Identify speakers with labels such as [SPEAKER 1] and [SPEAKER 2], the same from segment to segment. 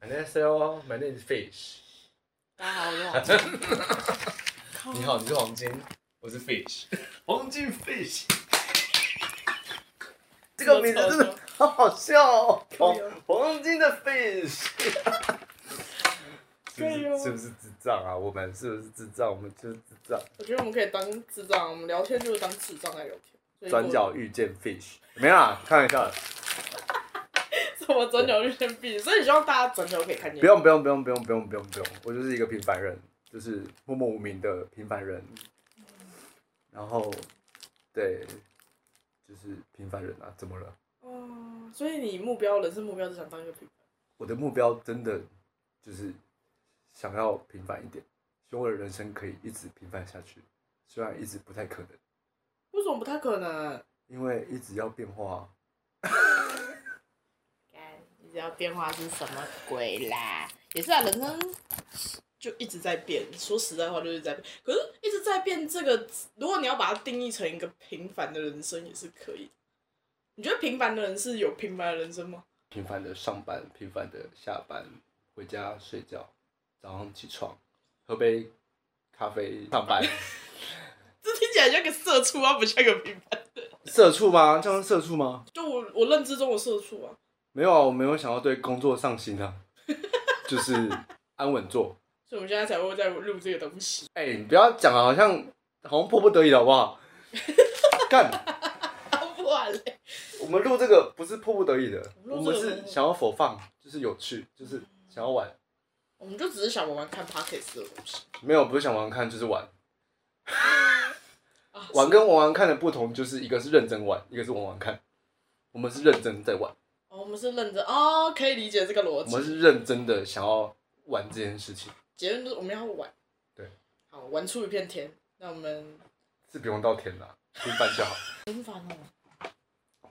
[SPEAKER 1] 안녕하세요 My name is Fish。
[SPEAKER 2] 大家好，我 是黄金。
[SPEAKER 1] 你好，你是黄金，我是 Fish。黄 金 Fish。这个名字真的好好笑哦！黄黄金的 Fish。是不
[SPEAKER 2] 可以哦
[SPEAKER 1] 是是不是智障啊？我们是不是智障？我们就是智障。
[SPEAKER 2] 我觉得我们可以当智障，我们聊天就是当智障在聊天。所以
[SPEAKER 1] 转 角遇见 Fish，没啦，开玩笑的。
[SPEAKER 2] 我什么转角遇见 B，所以希望大家转角可以看见。
[SPEAKER 1] 不用不用不用不用不用不用不用，我就是一个平凡人，就是默默无名的平凡人。然后，对，就是平凡人啊，怎么了？
[SPEAKER 2] 哦，所以你目标人生目标是想当一个平凡。
[SPEAKER 1] 我的目标真的就是想要平凡一点，希望我的人生可以一直平凡下去，虽然一直不太可能，
[SPEAKER 2] 为什么不太可能？
[SPEAKER 1] 因为一直要变化。
[SPEAKER 2] 干，你知道变化是什么鬼啦？也是啊，人生就一直在变。说实在话，就是在变。可是一直在变这个，如果你要把它定义成一个平凡的人生，也是可以的。你觉得平凡的人是有平凡的人生吗？
[SPEAKER 1] 平凡的上班，平凡的下班，回家睡觉，早上起床，喝杯咖啡上班。
[SPEAKER 2] 这听起来像个社畜啊，不像个平凡。
[SPEAKER 1] 社畜吗？这样是社畜吗？
[SPEAKER 2] 就我我认知中的社畜啊，
[SPEAKER 1] 没有啊，我没有想要对工作上心啊， 就是安稳做。
[SPEAKER 2] 所以我们现在才会在录这个东西。
[SPEAKER 1] 哎、你不要讲啊，好像好像迫不得已的好不好？ 干，
[SPEAKER 2] 啊， 不然嘞，
[SPEAKER 1] 我们录这个不是迫不得已的，
[SPEAKER 2] 我
[SPEAKER 1] 我
[SPEAKER 2] 们录
[SPEAKER 1] 们
[SPEAKER 2] 这个嗯
[SPEAKER 1] 是想要否放，就是有趣，就是想要玩。
[SPEAKER 2] 我们就只是想玩玩看 Pockets 这个东西
[SPEAKER 1] 没有，不是想玩玩看，就是玩。
[SPEAKER 2] 啊。
[SPEAKER 1] 玩跟玩玩看的不同，就是一个是认真玩，一个是玩玩看。我们是认真在玩，
[SPEAKER 2] 哦，我们是认真哦，可以理解这个逻
[SPEAKER 1] 我
[SPEAKER 2] 辑。
[SPEAKER 1] 们是认真的想要玩这件事情，
[SPEAKER 2] 结论就是我们要玩。
[SPEAKER 1] 对。
[SPEAKER 2] 好，玩出一片天。那我们
[SPEAKER 1] 是不用到天啦，平凡就好。
[SPEAKER 2] 平凡哦，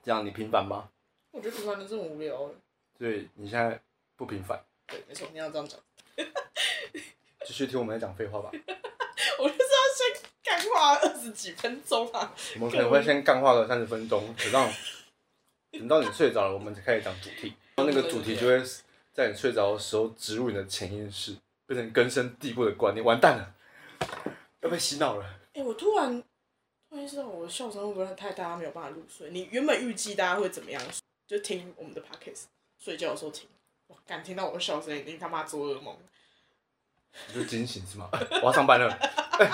[SPEAKER 1] 这样你平凡吗？
[SPEAKER 2] 我觉得平凡人是很无聊的。
[SPEAKER 1] 所以你现在不平凡，
[SPEAKER 2] 对，没错，你要这样讲。
[SPEAKER 1] 继续听我们在讲废话吧。
[SPEAKER 2] 我就是要先干话二十几分钟啊。
[SPEAKER 1] 我们可能会先干话个三十分钟，等到 等到你睡着了，我们才开始讲主题。然后那个主题就会在你睡着的时候植入你的潜意识，变成根深蒂固的观念。完蛋了，要被洗脑了。
[SPEAKER 2] 哎、我突然突然意识到我的笑声会不会太大，没有办法入睡？你原本预计大家会怎么样？就听我们的 podcast，睡觉的时候听。哇，敢听到我的笑声，一定他妈做噩梦。
[SPEAKER 1] 你就惊醒是吗？ 我要上班了，哎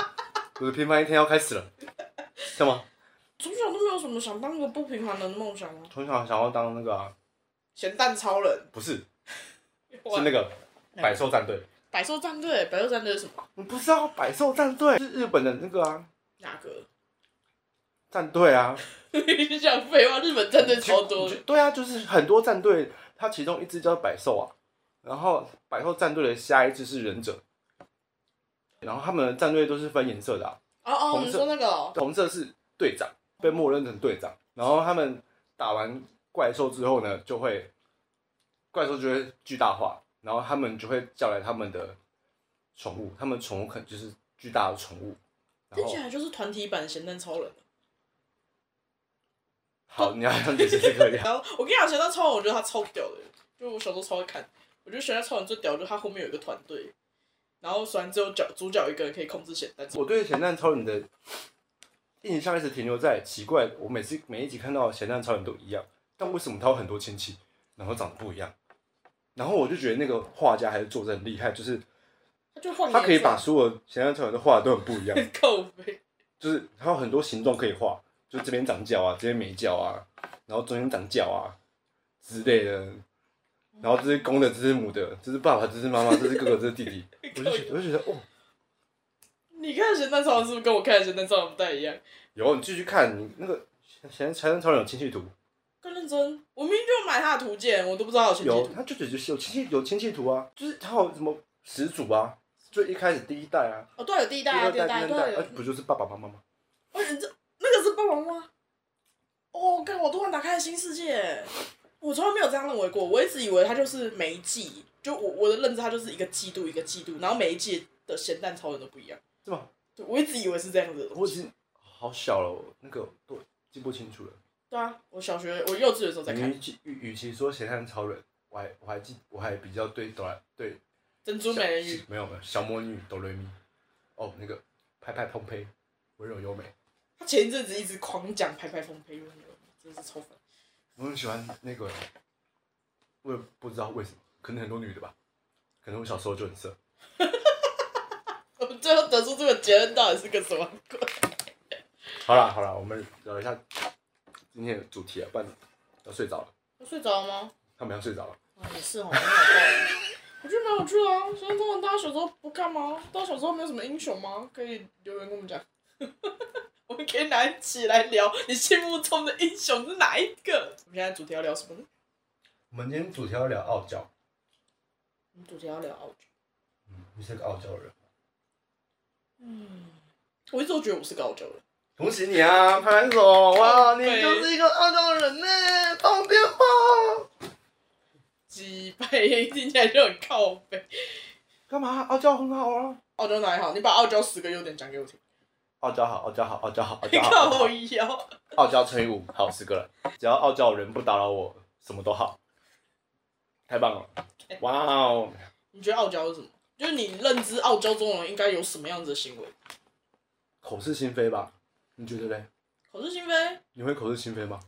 [SPEAKER 1] 我的平凡一天要开始了，是吗？
[SPEAKER 2] 从小都没有什么想当个不平凡人的梦想吗？
[SPEAKER 1] 从小想要当那个、啊，
[SPEAKER 2] 咸蛋超人
[SPEAKER 1] 不是是
[SPEAKER 2] 哇
[SPEAKER 1] 那个百兽战队，
[SPEAKER 2] 百兽战队，百兽战队是什么？
[SPEAKER 1] 我不知道百兽战队是日本的那个啊
[SPEAKER 2] 哪个？
[SPEAKER 1] 战队啊，
[SPEAKER 2] 你讲废话，日本战队超多
[SPEAKER 1] 就
[SPEAKER 2] 的
[SPEAKER 1] 就。对啊，就是很多战队，它其中一支叫百兽啊，然后百兽战队的下一支是忍者，然后他们的战队都是分颜色的、啊，
[SPEAKER 2] 哦哦，
[SPEAKER 1] 红色
[SPEAKER 2] 你说那个、哦，
[SPEAKER 1] 红色是队长，被默认成队长，然后他们打完怪兽之后呢，就会怪兽就会巨大化，然后他们就会叫来他们的宠物，他们宠物可能就是巨大的宠物，然
[SPEAKER 2] 听
[SPEAKER 1] 后
[SPEAKER 2] 起来就是团体版咸蛋超人。
[SPEAKER 1] 好，你要让解释这个
[SPEAKER 2] 然后我跟你讲，咸蛋超人，我觉得他超屌的，就我小时候超爱看。我觉得咸蛋超人最屌，就是他后面有一个团队，然后虽然只有角主角一个人可以控制咸蛋，
[SPEAKER 1] 我对咸蛋超人的印象一直停留在奇怪，我每次每一集看到的咸蛋超人都一样，但为什么他有很多亲戚，然后长得不一样？然后我就觉得那个画家还是做的很厉害，就是
[SPEAKER 2] 他就换
[SPEAKER 1] 他可以把所有咸蛋超人的画都很不一样，
[SPEAKER 2] 扣分。
[SPEAKER 1] 就是他有很多形状可以画，就这边长脚啊，这边没脚啊，然后中间长脚啊之类的，然后这是公的，这是母的，这是爸爸，这是妈妈，这是哥哥，这是弟弟，我就觉得我就觉得哦，
[SPEAKER 2] 你看咸蛋超人是不是跟我看的咸蛋超人不太一样？
[SPEAKER 1] 有你继续看你那个咸咸蛋超人有亲戚图。
[SPEAKER 2] 更认真，我明明就买他的图鉴，我都不知道有全
[SPEAKER 1] 有，
[SPEAKER 2] 图。
[SPEAKER 1] 他就只是有亲戚有亲戚图啊，就是他有什么始祖啊，就一开始第一代啊，
[SPEAKER 2] 哦，对，有第一代
[SPEAKER 1] 第
[SPEAKER 2] 啊，
[SPEAKER 1] 二
[SPEAKER 2] 第二
[SPEAKER 1] 代、
[SPEAKER 2] 代，
[SPEAKER 1] 第三代，
[SPEAKER 2] 对
[SPEAKER 1] 啊，，不就是爸爸妈妈吗？
[SPEAKER 2] 哦，你这那个是霸王吗？哦，看我突然打开了新世界，我从来没有这样认为过。我一直以为它就是每一季，就我我的认知，它就是一个季度一个季度，然后每一季的咸蛋超人都不一样。
[SPEAKER 1] 是吗？
[SPEAKER 2] 对，我一直以为是这样子的。
[SPEAKER 1] 我已经好小了，那个都记不清楚了。
[SPEAKER 2] 对啊，我小学我幼稚园的时候在看，
[SPEAKER 1] 与其与与其说咸蛋超人，我还我还记我还比较对哆啦对
[SPEAKER 2] 珍珠美人鱼
[SPEAKER 1] 小没有没有小魔女哆瑞咪，哦那个拍拍蓬佩温柔优美，
[SPEAKER 2] 他前一阵子一直狂讲拍拍风配温柔，真的是超烦。
[SPEAKER 1] 我很喜欢那个，我也不知道为什么，可能很多女的吧，可能我小时候就很色，
[SPEAKER 2] 我们最后得出这个结论到底是个什么鬼？
[SPEAKER 1] 好啦好啦，我们聊一下今天的主题啊，不然要睡着了，
[SPEAKER 2] 我睡着了吗？
[SPEAKER 1] 他们要睡着了。
[SPEAKER 2] 啊，也是哦，很好笑。我觉得蛮有趣的啊，所以通常大家小时候不干嘛？大家小时候没有什么英雄吗？可以留言跟我们讲。 我们可以拿一起来聊，你心目中的英雄是哪一个？我们现在主题要聊什么呢？
[SPEAKER 1] 我们今天主题要聊傲娇，
[SPEAKER 2] 我们主题要聊傲娇。
[SPEAKER 1] 嗯，你是个傲娇人，
[SPEAKER 2] 嗯，我一直都觉得我是个傲娇人。
[SPEAKER 1] 恭喜你啊，拍拍手，哇，你
[SPEAKER 2] 对
[SPEAKER 1] 就是一个傲娇人呢，放鞭炮，
[SPEAKER 2] 鸡背听起来就很靠背。
[SPEAKER 1] 干嘛？傲娇很好啊，
[SPEAKER 2] 傲娇哪里好？你把傲娇十个优点讲给我听。
[SPEAKER 1] 傲娇好，傲娇好，傲娇好，傲
[SPEAKER 2] 你
[SPEAKER 1] 娇
[SPEAKER 2] 看
[SPEAKER 1] 好
[SPEAKER 2] 我，腰，
[SPEAKER 1] 傲娇乘以五，好十个了，只要傲娇人不打扰我，什么都好，太棒了，哇哦！
[SPEAKER 2] 你觉得傲娇是什么？就是你认知傲娇中的人应该有什么样子的行为？
[SPEAKER 1] 口是心非吧？你觉得嘞？
[SPEAKER 2] 口是心非，
[SPEAKER 1] 你会口是心非吗？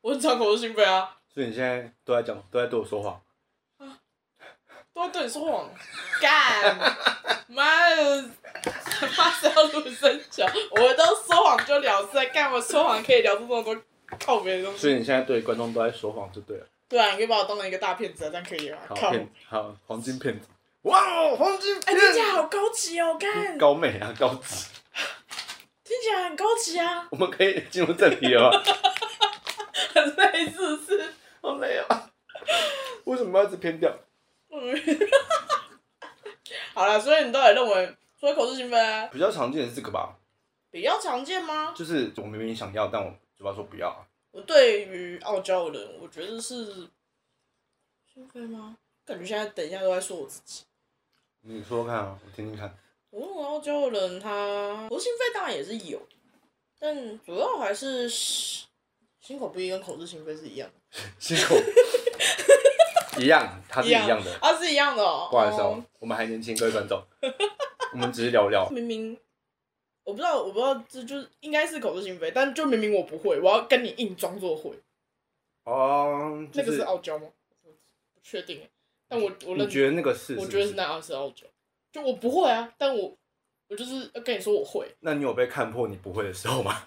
[SPEAKER 2] 我很常口是心非啊，
[SPEAKER 1] 所以你现在都在讲，都在对我说谎。
[SPEAKER 2] 都在对你说 谎，干，妈的，妈是要鲁生巧，我都说谎就了事，干我说谎可以聊出这么多靠别的东西。
[SPEAKER 1] 所以你现在对观众都在说谎就对了。
[SPEAKER 2] 对啊，你可以把我当成一个大骗子啊，这样可以吗？
[SPEAKER 1] 好
[SPEAKER 2] 靠，
[SPEAKER 1] 骗，好黄金骗子。哇哦，黄金
[SPEAKER 2] 哎、
[SPEAKER 1] 骗
[SPEAKER 2] 听起
[SPEAKER 1] 子！
[SPEAKER 2] 来好高级哦，干，
[SPEAKER 1] 高美啊，高级。
[SPEAKER 2] 听起来很高级啊，
[SPEAKER 1] 我们可以进入正题了吗？
[SPEAKER 2] 很类似是。
[SPEAKER 1] 好累啊！为什么要一直偏掉？
[SPEAKER 2] 嗯 好了，所以你到底认为，所以口是心非啊
[SPEAKER 1] 比较常见的是这个吧，
[SPEAKER 2] 比较常见吗？
[SPEAKER 1] 就是我明明想要，但我嘴巴说不要。
[SPEAKER 2] 我对于傲娇的人，我觉得是心非吗？感觉现在等一下都在说我自己。
[SPEAKER 1] 你说说看啊，我听听看。
[SPEAKER 2] 我认为傲娇的人他，我心非当然也是有，但主要还是心口不一跟口是心非是一样的，
[SPEAKER 1] 辛 苦。一样，它是一样的。
[SPEAKER 2] 啊是一样的哦。
[SPEAKER 1] 不好意思哦，我们还年轻，各位观众，我们只是聊聊
[SPEAKER 2] 哦，。明明我不知道，我不知道，这就是应该是口是心非，但就明明我不会，我要跟你硬装作会。
[SPEAKER 1] 哦，就
[SPEAKER 2] 那个是
[SPEAKER 1] 是
[SPEAKER 2] 傲娇吗？我不确定欸，但我我
[SPEAKER 1] 你
[SPEAKER 2] 认
[SPEAKER 1] 觉得那个是？
[SPEAKER 2] 我觉得是
[SPEAKER 1] 是不是。
[SPEAKER 2] 那样是傲娇，就我不会啊，但我我就是要跟你说我会，
[SPEAKER 1] 那你有被看破你不会的时候吗？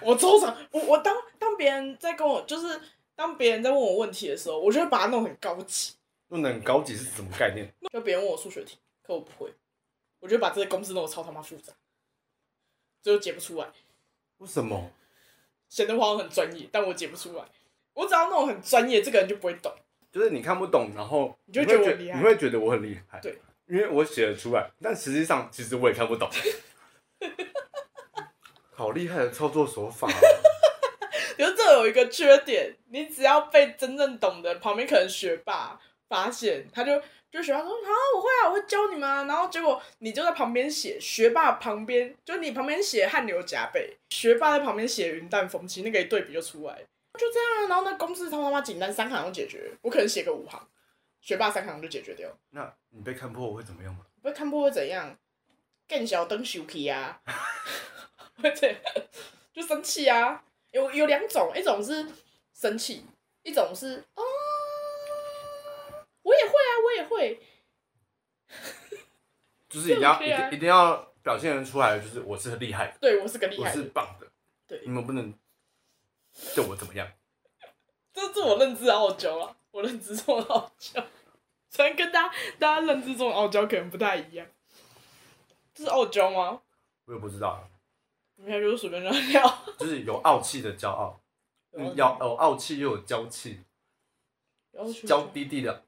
[SPEAKER 2] 我通常我我当当别人在跟我就是当别人在问我问题的时候，我就会把它弄很高级，
[SPEAKER 1] 弄得很高级是什么概念？
[SPEAKER 2] 就别人问我数学题，可我不会，我就会把这个公式弄得超他妈复杂，最后解不出来，
[SPEAKER 1] 为什么？
[SPEAKER 2] 显得我好像很专业，但我解不出来，我只要那种很专业，这个人就不会懂，
[SPEAKER 1] 就是你看不懂，然后
[SPEAKER 2] 你就
[SPEAKER 1] 会
[SPEAKER 2] 觉得我
[SPEAKER 1] 觉
[SPEAKER 2] 很厉害
[SPEAKER 1] 你会觉得我很厉害。
[SPEAKER 2] 对，
[SPEAKER 1] 因为我写得出来，但实际上其实我也看不 懂。好厉害的操作手法、 啊！
[SPEAKER 2] 可是这有一个缺点，你只要被真正懂的旁边可能学霸发现，他就就学霸说啊我会啊我会教你们啊，然后结果你就在旁边写，学霸旁边就你旁边写汗流浃背，学霸在旁边写云淡风轻，那个一对比就出来，就这样啊，然后那公式他妈妈简单三行就解决，我可能写个五行，学霸三行就解决掉，
[SPEAKER 1] 那你被看破我会怎么样吗？
[SPEAKER 2] 不会看破会怎样？更小灯休皮啊， 会怎样？就生气啊！有有两种，一种是生气，一种是哦，我也会啊，我也会。
[SPEAKER 1] 就是一定要
[SPEAKER 2] 这
[SPEAKER 1] 一
[SPEAKER 2] 么厉害
[SPEAKER 1] 定一定要表现得出来，就是我是厉害的，
[SPEAKER 2] 对我是个厉
[SPEAKER 1] 我
[SPEAKER 2] 害
[SPEAKER 1] 是
[SPEAKER 2] 的，
[SPEAKER 1] 棒的。
[SPEAKER 2] 对
[SPEAKER 1] 你们不能对我怎么样。
[SPEAKER 2] 这是我认知的傲娇啊，我认知中的傲娇， 虽然跟大家大家认知中的傲娇可能不太一样。这是傲娇吗？
[SPEAKER 1] 我也不知道，啊
[SPEAKER 2] 你们现在就是随便乱聊。
[SPEAKER 1] 就是有傲气的骄傲，嗯有有傲气又有娇气，娇滴滴的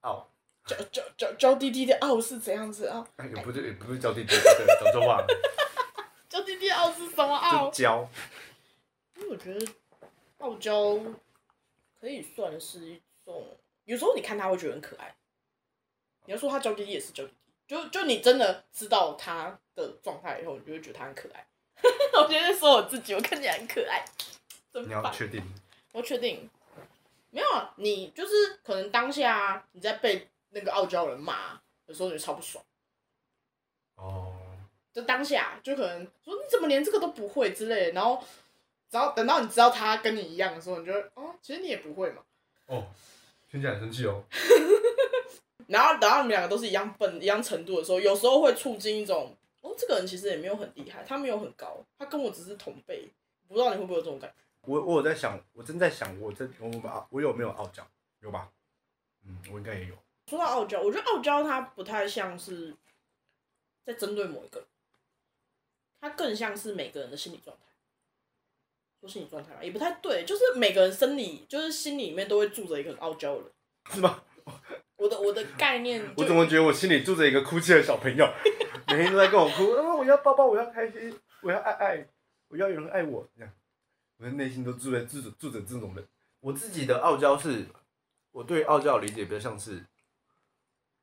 [SPEAKER 1] 傲，
[SPEAKER 2] 娇娇娇娇滴滴的傲是怎样子啊？
[SPEAKER 1] 哎也不是也不是娇滴滴，对，讲错话了，
[SPEAKER 2] 娇滴滴的傲是什么傲
[SPEAKER 1] 就？娇。
[SPEAKER 2] 因为我觉得傲娇可以算是一种，有时候你看他会觉得很可爱。你要说他娇滴滴也是娇滴滴，就就你真的知道他的状态以后，你就会觉得他很可爱。 我觉得说我自己，我看起来很可爱，真
[SPEAKER 1] 你
[SPEAKER 2] 棒
[SPEAKER 1] 要！确定，
[SPEAKER 2] 我确定，没有，啊你就是可能当下啊你在被那个傲娇人骂，有时候你超不爽，
[SPEAKER 1] 哦，
[SPEAKER 2] 就当下就可能说你怎么连这个都不会之类的，然后只要等到你知道他跟你一样的时候，你就会哦，其实你也不会嘛。
[SPEAKER 1] 哦，听起来很生气哦。
[SPEAKER 2] 然后等到你们两个都是一样笨、一样程度的时候，有时候会促进一种哦，这个人其实也没有很厉害，他没有很高，他跟我只是同辈，不知道你会不会有这种感觉。
[SPEAKER 1] 我我有在想，我正在想，我真我把我有没有傲娇？有吧？嗯，我应该也有。
[SPEAKER 2] 说到傲娇，我觉得傲娇它不太像是在针对某一个人，它更像是每个人的心理状态，不是心理状态吧，也不太对，就是每个人生理，就是心里面都会住着一个很傲娇的人，
[SPEAKER 1] 是吗？
[SPEAKER 2] 我的我的概念就，
[SPEAKER 1] 我怎么觉得我心里住着一个哭泣的小朋友， 每天都在跟我哭，啊，我要抱抱，我要开心，我要爱爱，我要有人爱我，这样，我的内心都住着住着住着这种人。我自己的傲娇是，我对傲娇的理解比较像是，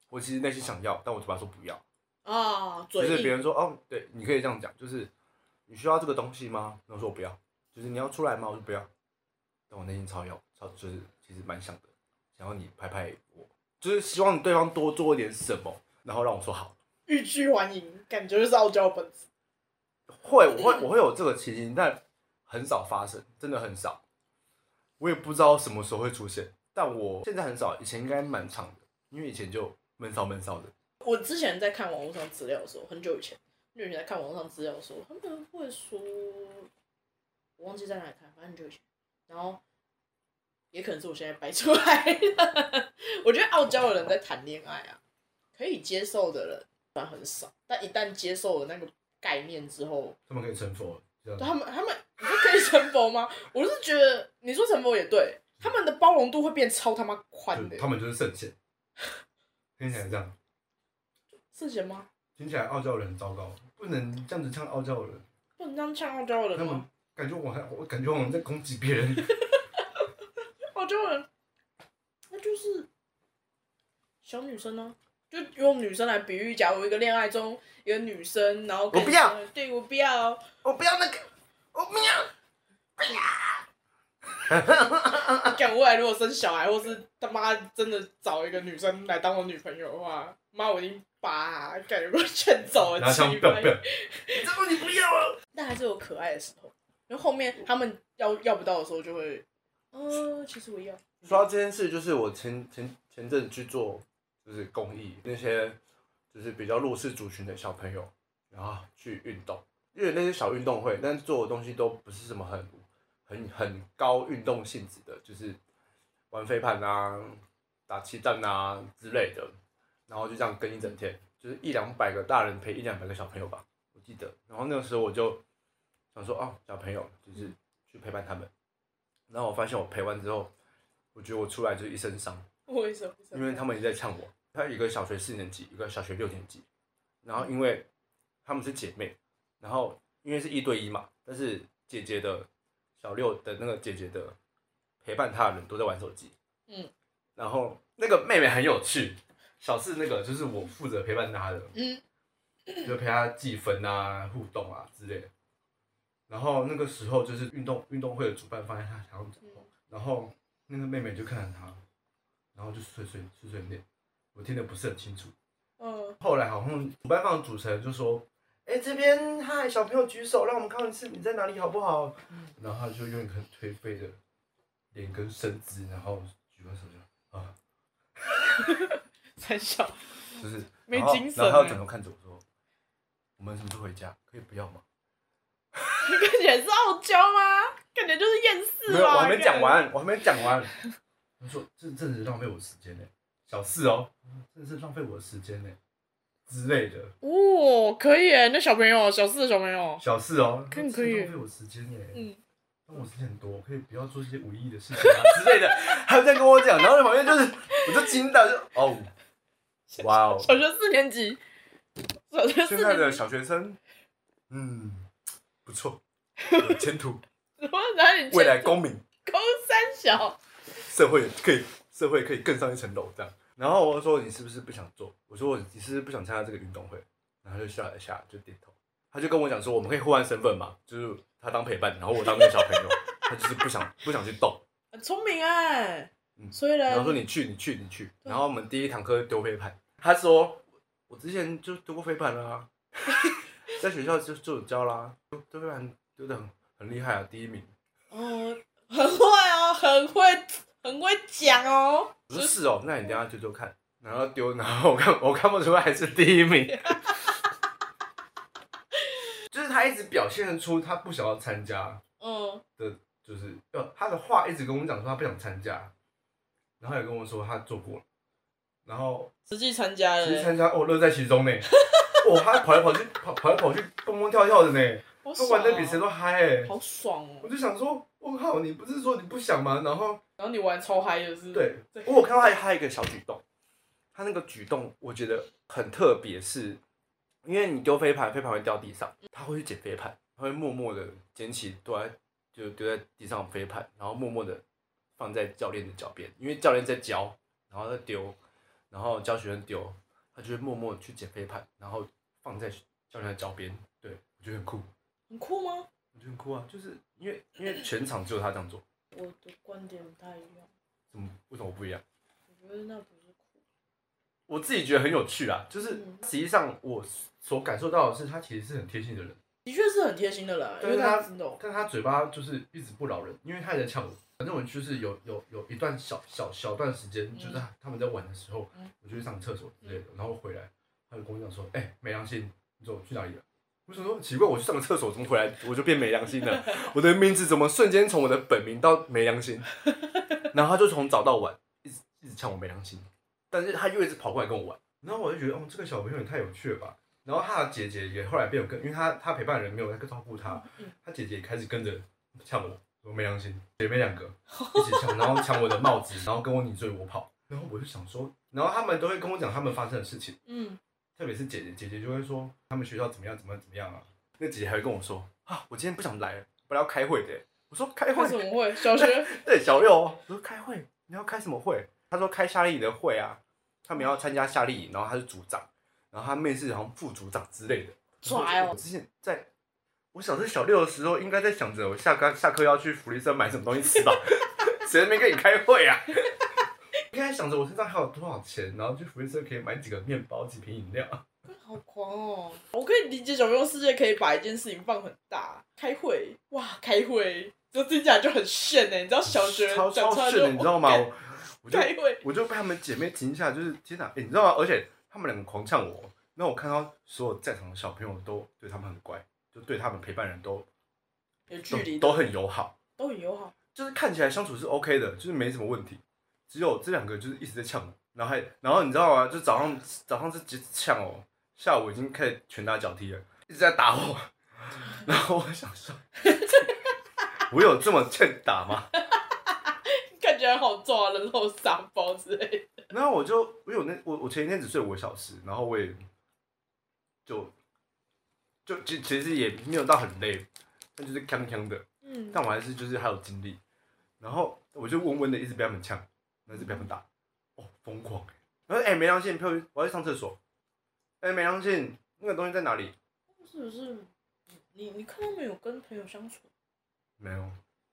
[SPEAKER 1] 我其实内心想要，但我嘴巴说不要。
[SPEAKER 2] 啊、
[SPEAKER 1] 就
[SPEAKER 2] 嘴
[SPEAKER 1] 是别
[SPEAKER 2] 硬
[SPEAKER 1] 人说哦，对，你可以这样讲，就是你需要这个东西吗？然后说我不要，就是你要出来吗？我说不要，但我内心超要，超就是其实蛮想的，想要你拍拍我，就是希望对方多做一点什么，然后让我说好。
[SPEAKER 2] 欲拒还迎，感觉就是傲娇的本质。
[SPEAKER 1] 会，我会我会有这个情形，但很少发生，真的很少。我也不知道什么时候会出现，但我现在很少，以前应该蛮长的，因为以前就闷骚闷骚的。
[SPEAKER 2] 我之前在看网络上资料的时候，很久以前，很久以前在看网络上资料的时候，他们会说，我忘记在哪里看，反正很久以前，然后也可能是我现在掰出来的。 我觉得傲娇的人在谈恋爱啊，可以接受的人当然很少，但一旦接受了那个概念之后，
[SPEAKER 1] 他们可以成佛，这样
[SPEAKER 2] 他们他们你说可以成佛吗？我是觉得你说成佛也对，他们的包容度会变超他妈宽的、
[SPEAKER 1] 就们就是圣贤，听起来这样。
[SPEAKER 2] 是什吗？
[SPEAKER 1] 听起来傲娇人很糟糕，不能这样子呛傲娇人，
[SPEAKER 2] 不能这样呛傲娇的
[SPEAKER 1] 他
[SPEAKER 2] 人吗
[SPEAKER 1] 们？感觉我还我感觉我们在攻击别 人。
[SPEAKER 2] 澳洲人，那就是小女生呢、就用女生来比喻。假如一个恋爱中一个女生，然后跟
[SPEAKER 1] 我不要
[SPEAKER 2] 你说，对我不要，
[SPEAKER 1] 我不要那个，我不要。
[SPEAKER 2] 干未来如果生小孩，或是他妈真的找一个女生来当我女朋友的话，妈我已经把感 觉我劝走了，
[SPEAKER 1] 拿枪
[SPEAKER 2] 气
[SPEAKER 1] 不要
[SPEAKER 2] 氛
[SPEAKER 1] 不要，这个你不要啊！
[SPEAKER 2] 但还是有可爱的时候。然后后面他们要要不到的时候，就会，呃，其实我要，
[SPEAKER 1] 说到这件事，就是我前前前阵子去做就是公益，那些就是比较弱势族群的小朋友，然后去运动，因为那些小运动会，但做的东西都不是什么很很很高运动性质的，就是玩飞盘啊、打气弹啊之类的，然后就这样跟一整天，就是一两百个大人陪一两百个小朋友吧，我记得。然后那个时候我就想说，哦，小朋友就是去陪伴他们。然后我发现我陪完之后，我觉得我出来就是一身伤，
[SPEAKER 2] 为什么？
[SPEAKER 1] 因为他们一直在呛我。他有一个小学四年级，一个小学六年级，然后因为他们是姐妹，然后因为是一对一嘛，但是姐姐的小六的那个姐姐的陪伴她的人都在玩手机，
[SPEAKER 2] 嗯，
[SPEAKER 1] 然后那个妹妹很有趣，小四那个就是我负责陪伴她的，
[SPEAKER 2] 嗯，
[SPEAKER 1] 就陪她计分啊、互动啊之类的。然后那个时候就是运动运动会的主办方在她想要讲话，然后那个妹妹就看着她，然后就碎碎碎碎念，我听得不是很清楚。
[SPEAKER 2] 嗯，
[SPEAKER 1] 后来好像主办方的主持人就说：“哎、这边嗨，小朋友举手，让我们看一次你在哪里好不好？”然后他就用一个很颓废的脸跟身姿，然后举完手就啊，
[SPEAKER 2] 三小，
[SPEAKER 1] 就是
[SPEAKER 2] 嗯没
[SPEAKER 1] 然后
[SPEAKER 2] 精神
[SPEAKER 1] 然后
[SPEAKER 2] 欸
[SPEAKER 1] 他转头看着我说：“我们什么时候回家？可以不要吗
[SPEAKER 2] 感觉是傲娇吗？感觉就是厌？” 世
[SPEAKER 1] 没有，
[SPEAKER 2] 吧
[SPEAKER 1] 我还没
[SPEAKER 2] 感觉
[SPEAKER 1] 讲完，我还没讲 完。他说：“这真的是浪费我时间呢、小事哦，真的是浪费我的时间呢、之类的
[SPEAKER 2] 哦，可以耶，那小朋友，小四的小朋友，
[SPEAKER 1] 小事哦，
[SPEAKER 2] 看
[SPEAKER 1] 真的
[SPEAKER 2] 可以
[SPEAKER 1] 浪费我时间呢、
[SPEAKER 2] 嗯，
[SPEAKER 1] 但我时间很多，我可以不要做这些无意义的事情啊之类的。 他这样跟我讲，然后在旁边就是，我就惊到，就哦，哇哦，
[SPEAKER 2] 小学四年级，小学四
[SPEAKER 1] 现在
[SPEAKER 2] 年
[SPEAKER 1] 的
[SPEAKER 2] 级，
[SPEAKER 1] 小学生，嗯，不 错，有前途，
[SPEAKER 2] 我哪里
[SPEAKER 1] 未来公民，
[SPEAKER 2] 高三小，
[SPEAKER 1] 社会可以，社会可以更上一层楼这样。然后我说你是不是不想做？我说我你是不是不想参加这个运动会？然后他就笑了一下，就点头。他就跟我讲说，我们可以互换身份嘛， 就是他当陪伴，然后我当那个小朋友。他就是不想不想去动，
[SPEAKER 2] 很聪明哎，
[SPEAKER 1] 嗯
[SPEAKER 2] 所以呢
[SPEAKER 1] 然后，说你去，你去，你去。然后我们第一堂课丢飞盘，他说我之前就丢过飞盘啦、 啊，在学校就就有教啦，丢丢飞盘丢的很很厉害啊，第一名。
[SPEAKER 2] 哦，很会哦，很会，很会讲哦。
[SPEAKER 1] 我说是哦，那你等一下丢丢看，然后丢， 然后我看我看不出来是第一名， 就是他一直表现得出他不想要参加，
[SPEAKER 2] 嗯，
[SPEAKER 1] 就是呃他的话一直跟我们讲说他不想参加，然后也跟我说他做过了，然后
[SPEAKER 2] 实际参加了
[SPEAKER 1] 其实
[SPEAKER 2] 欸，
[SPEAKER 1] 参加哦乐在其中呢，哦他跑来跑去跑跑来跑去蹦蹦跳跳的呢，
[SPEAKER 2] 好
[SPEAKER 1] 他
[SPEAKER 2] 爽
[SPEAKER 1] 玩的比谁
[SPEAKER 2] 哦，
[SPEAKER 1] 都嗨哎，
[SPEAKER 2] 好爽哦
[SPEAKER 1] 我。就想说我靠你不是说你不想吗？然后
[SPEAKER 2] 然后你玩超嗨的是？，
[SPEAKER 1] 对
[SPEAKER 2] 对，
[SPEAKER 1] 我有看到他他一个小举动，他那个举动我觉得很特别，是因为你丢飞盘，飞盘会掉地上，他会去捡飞盘，他会默默的捡起丢在就丢在地上的飞盘，然后默默的放在教练的脚边，因为教练在教，然后再丢，然后教学生丢，他就会默默地去捡飞盘，然后放在教练的脚边，对我觉得很酷，
[SPEAKER 2] 很酷吗？
[SPEAKER 1] 我觉得很酷啊，就是因为因为全场只有他这样做，
[SPEAKER 2] 我的观点不太一样，
[SPEAKER 1] 怎么为什么不一样？
[SPEAKER 2] 我觉得那不是酷。
[SPEAKER 1] 我自己觉得很有趣啊，就是
[SPEAKER 2] 嗯
[SPEAKER 1] 实际上我所感受到的是，他其实是很贴心的人，
[SPEAKER 2] 的确是很贴心的啦，因
[SPEAKER 1] 但
[SPEAKER 2] 为
[SPEAKER 1] 是他
[SPEAKER 2] 他真的哦
[SPEAKER 1] 但他嘴巴就是一直不饶人，因为他也在呛我。反正我就是有有有一段小小小段时间，就是他他们在玩的时候
[SPEAKER 2] 嗯，
[SPEAKER 1] 我就去上厕所之类的，然后回来，他就跟我讲说：“哎、没良心，你说我去哪里了？”我想说奇怪，我去上个厕所，怎么回来我就变没良心 了？我的名字怎么瞬间从我的本名到没良心？然后他就从早到晚一直一直呛我没良心，但是他又一直跑过来跟我玩，然后我就觉得，哦，这个小朋友也太有趣了吧。然后他的姐姐也后来变有跟，因为他他陪伴的人没有在照顾他
[SPEAKER 2] 嗯，
[SPEAKER 1] 他姐姐也开始跟着呛我，我没良心，姐妹两个一起抢，然后抢我的帽子，然后跟我你追我跑，然后我就想说，然后他们都会跟我讲他们发生的事情，
[SPEAKER 2] 嗯，
[SPEAKER 1] 特别是姐姐，姐姐就会说他们学校怎么样怎么样怎么样啊，那姐姐还会跟我说啊，我今天不想来，本来要开会的，我说开会
[SPEAKER 2] 为什么会小学？
[SPEAKER 1] 对，小六哦，我说开会，你要开什么会？他说开夏令营的会啊，他们要参加夏令营，然后他是组长，然后他妹是好像副组长之类的。
[SPEAKER 2] 拽哦
[SPEAKER 1] 我之前在我小是小六的时候，应该在想着我下课下课要去福利社买什么东西吃吧， 谁没跟你开会啊？ 应该想着我身上还有多少钱，然后去福利社可以买几个面包、几瓶饮料。
[SPEAKER 2] 好狂哦！ 我可以理解小朋友世界可以把一件事情放很大，开会哇，开会，这听起来就很炫欸呢。你知道小学
[SPEAKER 1] 超
[SPEAKER 2] 讲
[SPEAKER 1] 超
[SPEAKER 2] 出来
[SPEAKER 1] 炫
[SPEAKER 2] 就
[SPEAKER 1] 的，你知道吗？
[SPEAKER 2] 哦
[SPEAKER 1] 我我就
[SPEAKER 2] 干开会，
[SPEAKER 1] 我就被她们姐妹停下，就是天哪、欸你知道吗？而且她们两个狂呛我，然后我看到所有在场的小朋友都对她们很乖，就对她们陪伴人都
[SPEAKER 2] 有距
[SPEAKER 1] 都
[SPEAKER 2] 离
[SPEAKER 1] 都很友好，
[SPEAKER 2] 都啊很友好，
[SPEAKER 1] 就是看起来相处是 OK 的，就是没什么问题。只有这两个就是一直在呛我，然后还然后你知道吗？就早上早上是直接呛我，下午已经开始拳打脚踢了，一直在打我， 然后我想说， 我有这么欠打吗？
[SPEAKER 2] 看起来好重啊，人肉沙包之类的。
[SPEAKER 1] 然后我就因为我那我我前一天只睡五个小时，然后我也就就其其实也没有到很累，但就是康康的，
[SPEAKER 2] 嗯，
[SPEAKER 1] 但我还是就是还有精力。然后我就温温的一直被他们呛，然后一直被他们打，哦疯狂、然后哎、没良心，陪我去我要去上厕所。哎、没良心，那个东西在哪里？
[SPEAKER 2] 是不是你你看他们有跟朋友相处？
[SPEAKER 1] 没有，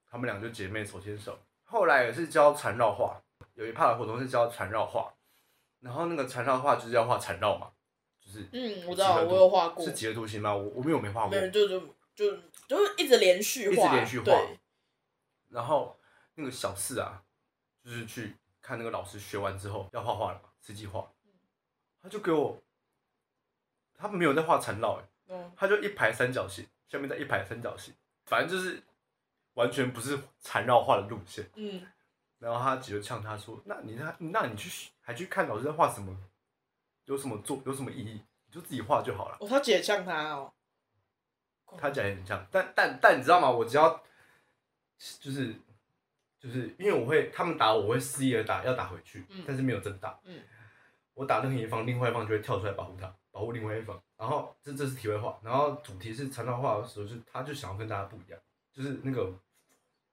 [SPEAKER 1] 他们俩就姐妹手牵手。后来也是教缠绕画，有一趴的活动是教缠绕画，然后那个缠绕画就是要画缠绕嘛，就是
[SPEAKER 2] 嗯，我知
[SPEAKER 1] 几何
[SPEAKER 2] 道，
[SPEAKER 1] 图
[SPEAKER 2] 我有画过
[SPEAKER 1] 是，几何图形吗？我我没有没画过
[SPEAKER 2] 没。有就就就就是一直连续画，
[SPEAKER 1] 一直连续画
[SPEAKER 2] 对，
[SPEAKER 1] 然后那个小四啊，就是去看那个老师学完之后要画画了嘛，实际画，
[SPEAKER 2] 嗯
[SPEAKER 1] 他就给我，他没有在画缠绕、欸，
[SPEAKER 2] 嗯，
[SPEAKER 1] 他就一排三角形，下面再一排三角形，反正就是完全不是缠绕画的路线。
[SPEAKER 2] 嗯，
[SPEAKER 1] 然后他姐就呛他说：“那你那那你去还去看老师在画什么，有什么做有什么意义？你就自己画就好了。
[SPEAKER 2] 哦，他姐像他哦，”
[SPEAKER 1] 他讲也很像，但但但你知道吗？我只要就是就是因为我会他们打我，我会肆意的打，要打回去，
[SPEAKER 2] 嗯
[SPEAKER 1] 但是没有真打。
[SPEAKER 2] 嗯
[SPEAKER 1] 我打任何一方，另外一方就会跳出来保护他，保护另外一方。然后这这是题外话，然后主题是缠绕画的时候，就他就想要跟大家不一样，就是那个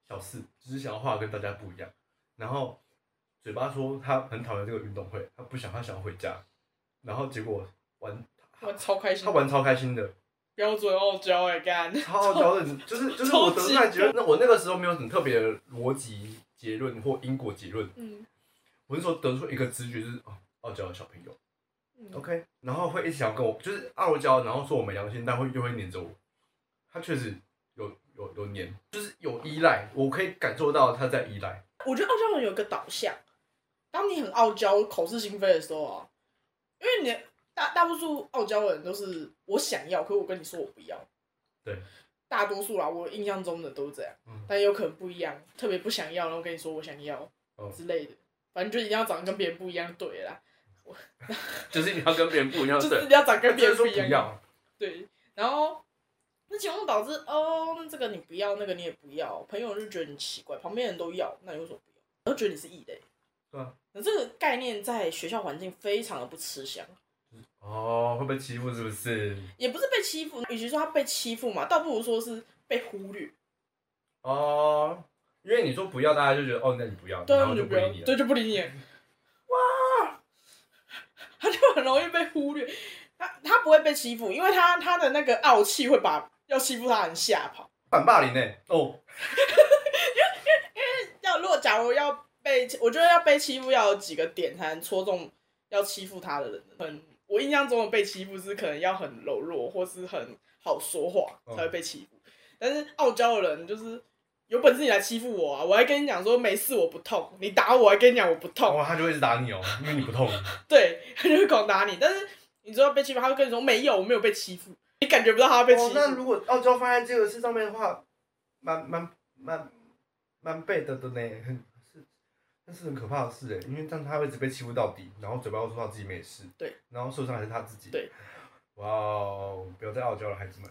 [SPEAKER 1] 小四，就是想要画得跟大家不一样。然后嘴巴说他很讨厌这个运动会，他不想，他想要回家。然后结果玩，
[SPEAKER 2] 我超开心
[SPEAKER 1] 他，玩超开心的，
[SPEAKER 2] 标准傲娇哎干，
[SPEAKER 1] 超超的，就是就是我得出来觉得，那我那个时候没有很特别的逻辑结论或因果结论，
[SPEAKER 2] 嗯
[SPEAKER 1] 我那时候得出一个直觉就是哦，傲娇的小朋友
[SPEAKER 2] 嗯
[SPEAKER 1] ，OK，然后会一直想要跟我，就是傲娇，然后说我没良心，但会又会黏着我，他确实有有有黏，就是有依赖，我可以感受到他在依赖。
[SPEAKER 2] 我觉得傲娇人有一个导向，当你很傲娇、口是心非的时候啊，因为你的大大多数傲娇的人都是我想要，可是我跟你说我不要。
[SPEAKER 1] 对，
[SPEAKER 2] 大多数啦，我印象中的都是这样，
[SPEAKER 1] 嗯
[SPEAKER 2] 但也有可能不一样，特别不想要，然后跟你说我想要、
[SPEAKER 1] 哦
[SPEAKER 2] 之类的，反正就一定要长得跟别人不一样，对啦，
[SPEAKER 1] 就是你要跟别人不一样
[SPEAKER 2] 就是一定要长得跟别
[SPEAKER 1] 别
[SPEAKER 2] 人
[SPEAKER 1] 人
[SPEAKER 2] 不
[SPEAKER 1] 说
[SPEAKER 2] 一样，
[SPEAKER 1] 要，
[SPEAKER 2] 对，然后那情况导致哦，那这个你不要，那个你也不要，朋友就觉得你奇怪，旁边人都要，那你为什么不要？然后觉得你是异类。
[SPEAKER 1] 对啊。
[SPEAKER 2] 那这个概念在学校环境非常的不吃香，
[SPEAKER 1] 哦，会被欺负是不是？
[SPEAKER 2] 也不是被欺负，与其说他被欺负嘛，倒不如说是被忽略。
[SPEAKER 1] 哦，因为你说不要，大家就觉得哦，那你不要，
[SPEAKER 2] 对
[SPEAKER 1] 然
[SPEAKER 2] 啊，
[SPEAKER 1] 后就
[SPEAKER 2] 就
[SPEAKER 1] 不
[SPEAKER 2] 不
[SPEAKER 1] 理
[SPEAKER 2] 要
[SPEAKER 1] 你，了。
[SPEAKER 2] 对，就不理你。 哇，他就很容易被忽略。他他不会被欺负，因为他他的那个傲气会把要欺负他的人吓跑。
[SPEAKER 1] 反霸凌呢、哦，
[SPEAKER 2] 要如果假如要被，我觉得要被欺负要有几个点才能戳中要欺负他的人。很，我印象中的被欺负是可能要很柔弱或是很好说话
[SPEAKER 1] 嗯
[SPEAKER 2] 才会被欺负，但是傲娇的人就是有本事你来欺负我啊！我还跟你讲说没事我不痛，你打我还跟你讲我不痛，
[SPEAKER 1] 哇，他就会一直打你 哦，因为你不痛。
[SPEAKER 2] 对，他就会狂打你。但是你说要被欺负，他会跟你说没有，我没有被欺负，你感觉不到他被欺
[SPEAKER 1] 哦
[SPEAKER 2] 负。，
[SPEAKER 1] 那如果傲娇放在这个事上面的话，蛮蛮蛮蛮背的的呢，很是，那是很可怕的事哎，因为这样他会一直被欺负到底，然后嘴巴又说他自己没事，
[SPEAKER 2] 对，
[SPEAKER 1] 然后受伤还是他自己，
[SPEAKER 2] 对，
[SPEAKER 1] 哇哦，不要再傲娇了，孩子们，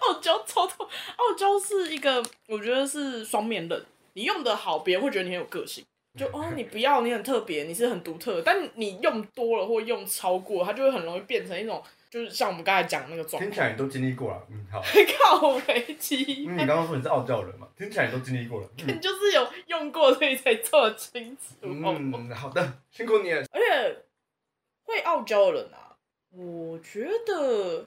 [SPEAKER 2] 傲娇超痛，傲娇是一个，我觉得是双面刃。你用的好，别人会觉得你很有个性，就哦，你不要，你很特别，你是很独特的。但你用多了或用超过，它就会很容易变成一种，就是像我们刚才讲的那个状
[SPEAKER 1] 听
[SPEAKER 2] 态，
[SPEAKER 1] 起来你都经历过了，嗯， 好，
[SPEAKER 2] 靠飞机
[SPEAKER 1] 因，为你刚刚说你是傲娇的人嘛，听起来你都经历过了， 嗯
[SPEAKER 2] 你 就是有用过，所以才做得清楚。
[SPEAKER 1] 嗯，好的，辛苦你了，
[SPEAKER 2] 而且会傲娇的人啊，我觉得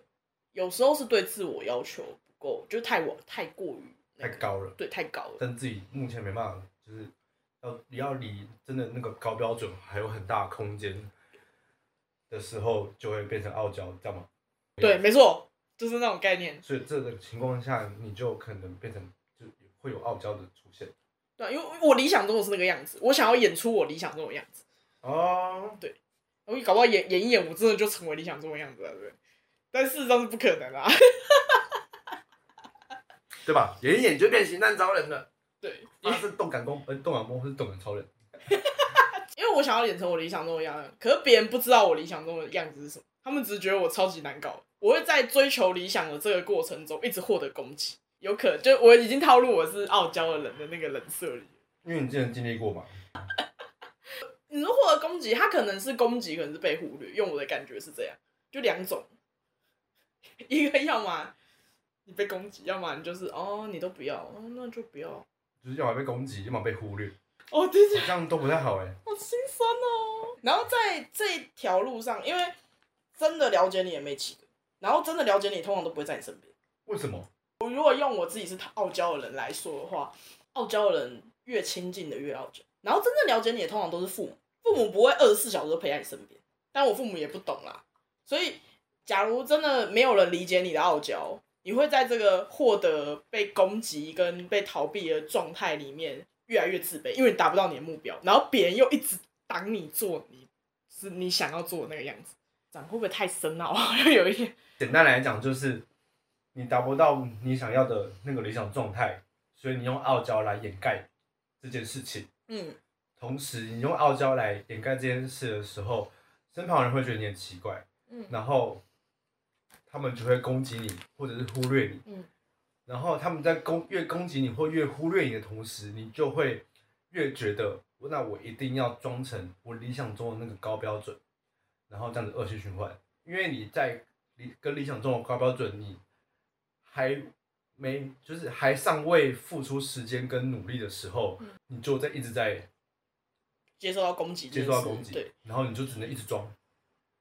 [SPEAKER 2] 有时候是对自我要求不够，就太我太过于、那
[SPEAKER 1] 太
[SPEAKER 2] 个，
[SPEAKER 1] 高了，
[SPEAKER 2] 对，太高了。
[SPEAKER 1] 但自己目前没办法，就是要要离真的那个高标准还有很大空间的时候，就会变成傲娇，知道吗？
[SPEAKER 2] 对，没错，就是那种概念。
[SPEAKER 1] 所以这个情况下，你就可能变成就会有傲娇的出现。
[SPEAKER 2] 对，因为我理想中我是那个样子，我想要演出我理想中的样子，
[SPEAKER 1] 哦，
[SPEAKER 2] 我搞不好演演一演，我真的就成为理想中的样子了，对不对？但事实上是不可能啦。
[SPEAKER 1] 对吧？演一演就变形蛋超人了，
[SPEAKER 2] 对，
[SPEAKER 1] 他是动感功，呃，动感功或是动感超人。
[SPEAKER 2] 因为我想要演成我理想中的样子，可是别人不知道我理想中的样子是什么，他们只是觉得我超级难搞。我会在追求理想的这个过程中一直获得攻击，有可能就我已经套路我是傲娇的人的那个人设里。
[SPEAKER 1] 因为你之前经历过嘛，
[SPEAKER 2] 你如获得攻击，他可能是攻击，可能是被忽略。用我的感觉是这样，就两种，一个要么你被攻击，要么你就是哦，你都不要，哦，那就不要。
[SPEAKER 1] 就是要么被攻击，要么被忽略，
[SPEAKER 2] 哦，对对
[SPEAKER 1] 这样都不太好哎。
[SPEAKER 2] 好心酸哦。然后在这条路上，因为真的了解你也没几个，然后真的了解你通常都不会在你身边。
[SPEAKER 1] 为什么？
[SPEAKER 2] 我如果用我自己是傲娇的人来说的话，傲娇的人越亲近的越傲娇，然后真正了解你的通常都是父母，父母不会二十四小时都陪在你身边，但我父母也不懂啦，所以假如真的没有人理解你的傲娇，你会在这个获得被攻击跟被逃避的状态里面越来越自卑，因为你达不到你的目标，然后别人又一直挡你做你是你想要做的那个样子，讲会不会太深奥？ 好像有一点。
[SPEAKER 1] 简单来讲就是，你达不到你想要的那个理想状态，所以你用傲娇来掩盖这件事情。
[SPEAKER 2] 嗯，
[SPEAKER 1] 同时，你用傲娇来掩盖这件事的时候，身旁人会觉得你很奇怪，
[SPEAKER 2] 嗯
[SPEAKER 1] 然后他们就会攻击你，或者是忽略你，
[SPEAKER 2] 嗯
[SPEAKER 1] 然后他们在攻越攻击你或越忽略你的同时，你就会越觉得，那我一定要装成我理想中的那个高标准，然后这样子恶性循环，因为你在理跟理想中的高标准，你还没就是还尚未付出时间跟努力的时候，
[SPEAKER 2] 嗯
[SPEAKER 1] 你就在一直在
[SPEAKER 2] 接受到攻击，
[SPEAKER 1] 接受到攻击
[SPEAKER 2] 对，，
[SPEAKER 1] 然后你就只能一直装，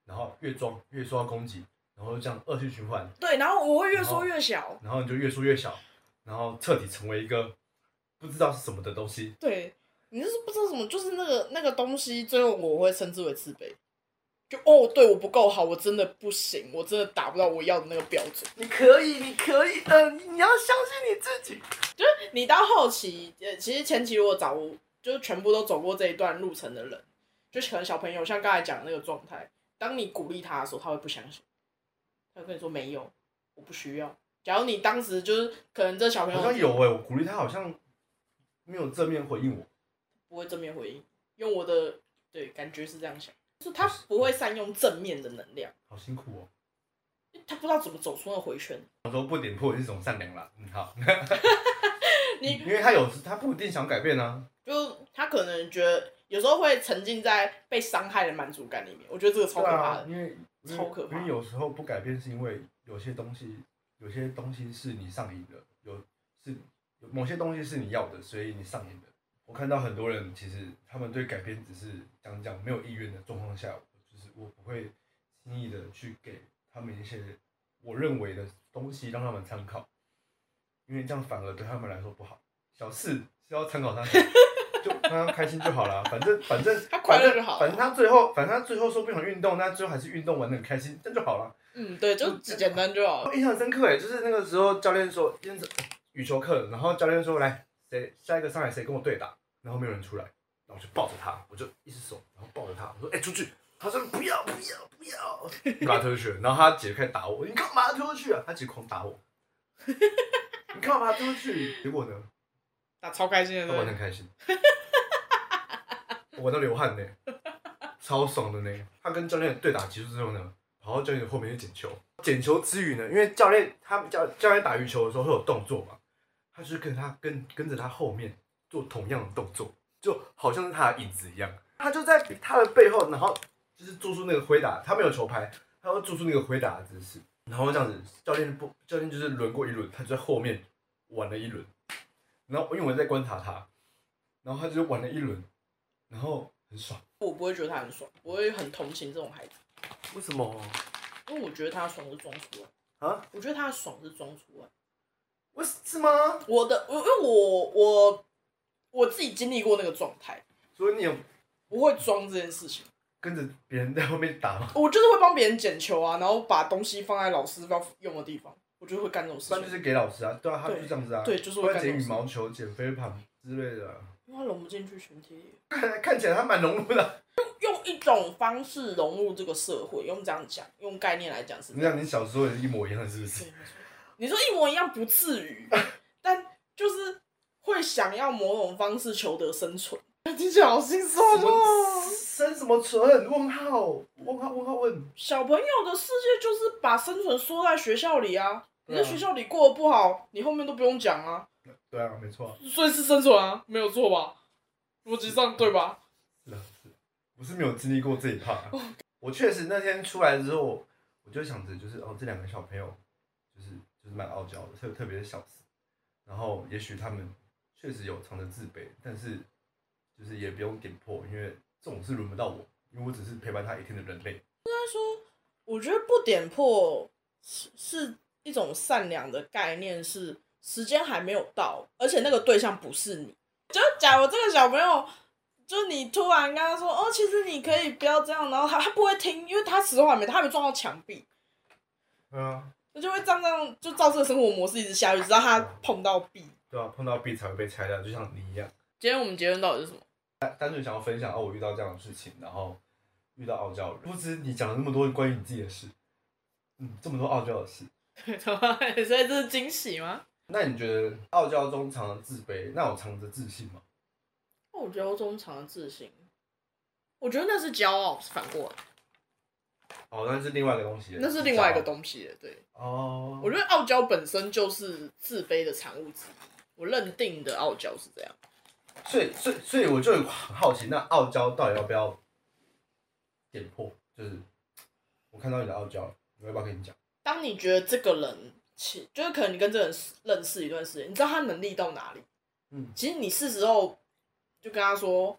[SPEAKER 1] 然后越装越受到攻击，然后就这样恶性循环，
[SPEAKER 2] 哦对，然后我会越说越小，
[SPEAKER 1] 然后你就越输越小，然后彻底成为一个不知道是什么的东西。
[SPEAKER 2] 对，你就是不知道什么，就是那个那个东西，最后我会称之为自卑。就哦，对我不够好，我真的不行，我真的达不到我要的那个标准。
[SPEAKER 1] 你可以，你可以的，你要相信你自己。
[SPEAKER 2] 你到后期，呃，其实前期如果找就是全部都走过这一段路程的人，就可能小朋友像刚才讲的那个状态，当你鼓励他的时候，他会不相信，他会跟你说没有，我不需要。假如你当时就是可能这小朋
[SPEAKER 1] 好像
[SPEAKER 2] 友
[SPEAKER 1] 有哎、我鼓励他，好像没有正面回应我。
[SPEAKER 2] 不会正面回应，用我的对感觉是这样想，就是他不会善用正面的能量，
[SPEAKER 1] 好辛苦哦。
[SPEAKER 2] 他不知道怎么走出那个回圈。
[SPEAKER 1] 我说不点破也是一种善良啦。嗯，好。
[SPEAKER 2] 你
[SPEAKER 1] 因为他有时他不一定想改变啊。
[SPEAKER 2] 就他可能觉得有时候会沉浸在被伤害的满足感里面，我觉得这个超可怕
[SPEAKER 1] 对啊，
[SPEAKER 2] 的。
[SPEAKER 1] 因为因为
[SPEAKER 2] 超可怕
[SPEAKER 1] 因为有时候不改变是因为有些东西，有些东西是你上瘾的，有是有某些东西是你要的，所以你上瘾的。我看到很多人其实他们对改变只是讲讲没有意愿的状况下，就是我不会轻易的去给他们一些我认为的东西让他们参考，因为这样反而对他们来说不好。小事是要参考他的， 就让他开心就好了，反正反正
[SPEAKER 2] 他快乐就好了
[SPEAKER 1] 反正他最后反正他最后说不想运动，那最后还是运动玩的很开心，这样就好了。
[SPEAKER 2] 嗯，对，就只简单就好了。
[SPEAKER 1] 我印象深刻哎，就是那个时候教练说，因为羽球课，然后教练说来谁下一个上来谁跟我对打，然后没有人出来，然后我就抱着他，我就一只手，然后抱着他，我说哎、出去，他说不要不要不要，你把他推出去，然后他姐开始打我，你干嘛推出去啊？他姐狂打我，你干嘛推出去？结果呢，
[SPEAKER 2] 打超开心的，
[SPEAKER 1] 他玩的
[SPEAKER 2] 对
[SPEAKER 1] 很开心， 我玩到流汗呢，超爽的呢。他跟教练对打结束之后呢，跑到教练的后面去捡球。捡球之余呢，因为教练他教教练打羽球的时候会有动作嘛，他就是跟他跟跟着他后面做同样的动作，就好像是他的影子一样。他就在他的背后，然后就是做出那个挥打，他没有球拍，他会做出那个挥打的姿势，然后这样子，教练不教练就是轮过一轮，他就在后面玩了一轮。然后因为我在观察他，然后他就玩了一轮，然后很爽。
[SPEAKER 2] 我不会觉得他很爽，我会很同情这种孩子，
[SPEAKER 3] 为什么？
[SPEAKER 2] 因为我觉得他的爽是装出来，
[SPEAKER 1] 啊？
[SPEAKER 2] 我觉得他的爽是装出来。
[SPEAKER 1] 我是吗？
[SPEAKER 2] 我的，我因为我我我自己经历过那个状态，
[SPEAKER 1] 所以你有
[SPEAKER 2] 我会装这件事情，
[SPEAKER 1] 跟着别人在后面打吗？
[SPEAKER 2] 我就是会帮别人捡球啊，然后把东西放在老师要用的地方，我就会干这种
[SPEAKER 1] 不然
[SPEAKER 2] 事
[SPEAKER 1] 就
[SPEAKER 2] 情。
[SPEAKER 1] 是给老师啊，对啊，他
[SPEAKER 2] 对
[SPEAKER 1] 就是这样子啊，
[SPEAKER 2] 对就是会
[SPEAKER 1] 会
[SPEAKER 2] 干这
[SPEAKER 1] 捡
[SPEAKER 2] 种
[SPEAKER 1] 羽
[SPEAKER 2] 事
[SPEAKER 1] 毛球、捡飞盘之类的啊、
[SPEAKER 2] 因为他融不进去群体里，
[SPEAKER 1] 看看起来他蛮融入的。啊
[SPEAKER 2] 用一种方式融入这个社会，用这样讲，用概念来讲是
[SPEAKER 1] 你
[SPEAKER 2] 这样。
[SPEAKER 1] 想你小时候也是一模一样，是不是
[SPEAKER 2] 对？没错你说一模一样不至 于，但就是会想要某种方式求得生存，听起来好心酸
[SPEAKER 1] 什
[SPEAKER 2] 哦
[SPEAKER 1] 么。生什么存？问号？问号？问号？问？
[SPEAKER 2] 小朋友的世界就是把生存缩在学校里啊，你在
[SPEAKER 1] 对啊
[SPEAKER 2] 学校里过得不好，你后面都不用讲啊，
[SPEAKER 1] 对啊，没错啊，
[SPEAKER 2] 所以是生存啊，没有错吧？逻辑上对吧？
[SPEAKER 1] 是啊，是啊。我是没有经历过这一趴、我确实那天出来之后，我就想着就是哦，这两个小朋友就是就是蛮傲娇的，特特别是小四，然后也许他们确实有藏着自卑，但是就是也不用点破，因为这种事轮不到我，因为我只是陪伴他一天的人类。
[SPEAKER 2] 我觉得不点破是是一种善良的概念，是时间还没有到，而且那个对象不是你。就假如这个小朋友，就你突然跟他说：“哦，其实你可以不要这样。”然后他他不会听，因为他始终还没他还没撞到墙壁，
[SPEAKER 1] 对啊，
[SPEAKER 2] 他就会这样这样就照这个生活模式一直下去，直到他碰到壁。
[SPEAKER 1] 对啊，碰到壁才会被拆掉，就像你一样。
[SPEAKER 2] 今天我们结论到底是什么？
[SPEAKER 1] 单单纯想要分享哦，我遇到这样的事情，然后遇到傲娇人。不知你讲了那么多关于你自己的事，嗯，这么多傲娇的事，
[SPEAKER 2] 所以这是惊喜吗？
[SPEAKER 1] 那你觉得傲娇中藏着自卑，那有藏着自信吗？
[SPEAKER 2] 我觉得我中场的自信，我觉得那是骄傲，是反过来，
[SPEAKER 1] 哦，那是另外一个东西了，
[SPEAKER 2] 那是另外一个
[SPEAKER 1] 西。
[SPEAKER 2] 东西了。对，
[SPEAKER 1] 哦，
[SPEAKER 2] 我觉得傲娇本身就是自卑的产物之一，我认定的傲娇是这样。
[SPEAKER 1] 所以所以所以我就很好奇，那傲娇到底要不要点破？就是我看到你的傲娇，我要不要跟你讲？
[SPEAKER 2] 当你觉得这个人，其就是可能你跟这个人认识一段时间，你知道他能力到哪里，
[SPEAKER 1] 嗯，
[SPEAKER 2] 其实你是时候就跟他说，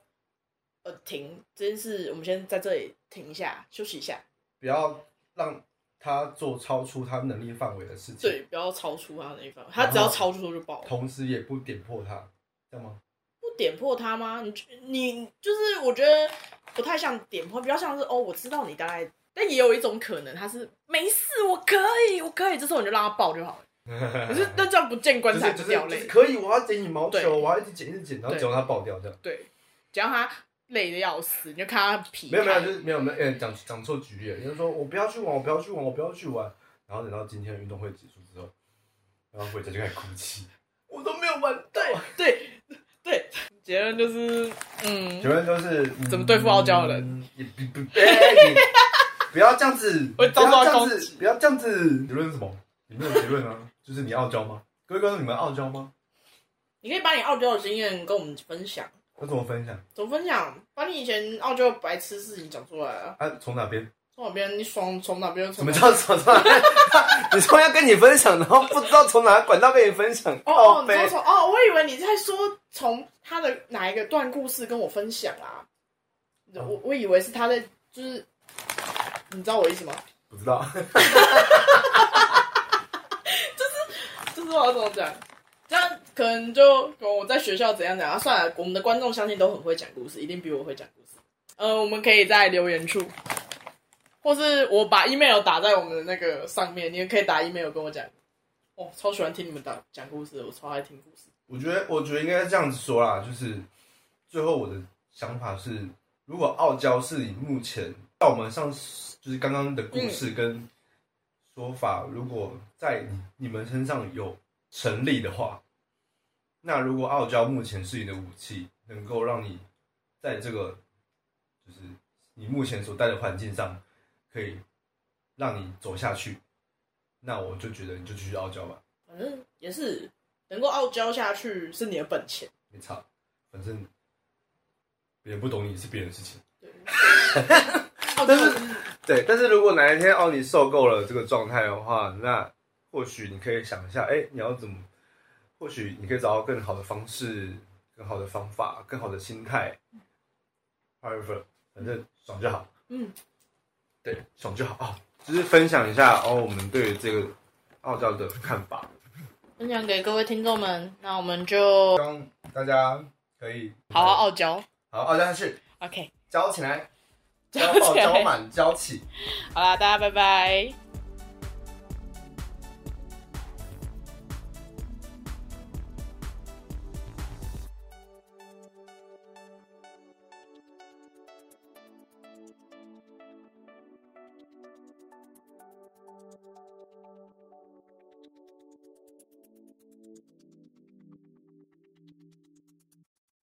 [SPEAKER 2] 呃，停，这件事我们先在这里停一下，休息一下，
[SPEAKER 1] 不要让他做超出他能力范围的事情，
[SPEAKER 2] 对，不要超出他那一方，他只要超出就爆了。
[SPEAKER 1] 同时也不点破他，这样吗？
[SPEAKER 2] 不点破他吗？你你就是我觉得不太像点破，比较像是哦，我知道你大概，但也有一种可能他是没事，我可以，我可以，这时候你就让他抱就好了。可
[SPEAKER 1] 可
[SPEAKER 2] 是那这样不见棺材
[SPEAKER 1] 就
[SPEAKER 2] 不
[SPEAKER 1] 是
[SPEAKER 2] 掉
[SPEAKER 1] 就
[SPEAKER 2] 泪，
[SPEAKER 1] 是可以，我要剪羽毛
[SPEAKER 2] 对
[SPEAKER 1] 球，我要一直剪一直剪，然后
[SPEAKER 2] 对
[SPEAKER 1] 剪到它爆掉这样。
[SPEAKER 2] 对，只要他累的要死，你就看他皮
[SPEAKER 1] 没有没有，就是是没有没有，哎讲讲错局了。就是说我不要去玩，我不要去玩，我不要去玩。然后等到今天的运动会结束之后，然后回家就开始哭泣，我都没有玩到。
[SPEAKER 2] 对对，结论就是嗯
[SPEAKER 1] 请，问就是、嗯
[SPEAKER 2] 怎么对付傲娇的人？
[SPEAKER 1] 也不不，哎你不要这样子，不
[SPEAKER 2] 会遭
[SPEAKER 1] 要
[SPEAKER 2] 到
[SPEAKER 1] 这样
[SPEAKER 2] 攻
[SPEAKER 1] 子，
[SPEAKER 2] 击
[SPEAKER 1] 不要这样子。结论是什么？你没有结论啊？就是你傲娇吗？各位观众，你们傲娇吗？
[SPEAKER 2] 你可以把你傲娇的经验跟我们分享，
[SPEAKER 1] 要怎么分享？
[SPEAKER 2] 怎么分享？把你以前傲娇的白痴事情讲出来啊，
[SPEAKER 1] 啊，从哪边？
[SPEAKER 2] 从哪边你爽，从哪边就
[SPEAKER 1] 什
[SPEAKER 2] 从
[SPEAKER 1] 么
[SPEAKER 2] 哪边。
[SPEAKER 1] 叫从哪边？ 你说要跟你分享，然后不知道从哪个管道跟你分享，
[SPEAKER 2] 哦哦，
[SPEAKER 1] 靠
[SPEAKER 2] 你
[SPEAKER 1] 背
[SPEAKER 2] 说从哦，我以为你在说从他的哪一个段故事跟我分享啊，
[SPEAKER 1] 哦
[SPEAKER 2] 我我以为是他在就是，你知道我意思吗？
[SPEAKER 1] 不知道。
[SPEAKER 2] 就是我要怎么讲，这样可能就我在学校怎样怎样、啊算了，我们的观众相信都很会讲故事，一定比我会讲故事。呃，我们可以在留言处，或是我把 email 打在我们的那个上面，你也可以打 email 跟我讲。哦，超喜欢听你们打讲故事的，我超爱听故事。
[SPEAKER 1] 我觉得，我觉得应该这样子说啦，就是最后我的想法是，如果傲娇是以目前到我们上就是刚刚的故事跟说法，如果在你们身上有成立的话，那如果傲娇目前是你的武器，能够让你在这个就是你目前所在的环境上，可以让你走下去，那我就觉得你就继续傲娇吧。
[SPEAKER 2] 反正也是能够傲娇下去是你的本钱。
[SPEAKER 1] 没差，反正别人不懂你是别人的事情。
[SPEAKER 2] 对，傲娇是
[SPEAKER 4] 对，但是如果哪一天哦你受够了这个状态的话，那或许你可以想一下，哎、你要怎么？或许你可以找到更好的方式、更好的方法、更好的心态。
[SPEAKER 1] However，反正爽就好，
[SPEAKER 2] 嗯，
[SPEAKER 1] 对，爽就好啊、
[SPEAKER 4] 只是分享一下哦，我们对于这个傲娇的看法。
[SPEAKER 2] 分享给各位听众们，那我们就
[SPEAKER 1] 希望大家可以
[SPEAKER 2] 好啊好傲娇。
[SPEAKER 1] 好傲娇下去，
[SPEAKER 2] OK，
[SPEAKER 1] 交起来，
[SPEAKER 2] 交
[SPEAKER 1] 交
[SPEAKER 2] 起来
[SPEAKER 1] 爆、交满、交起。
[SPEAKER 2] 好啦，大家拜拜。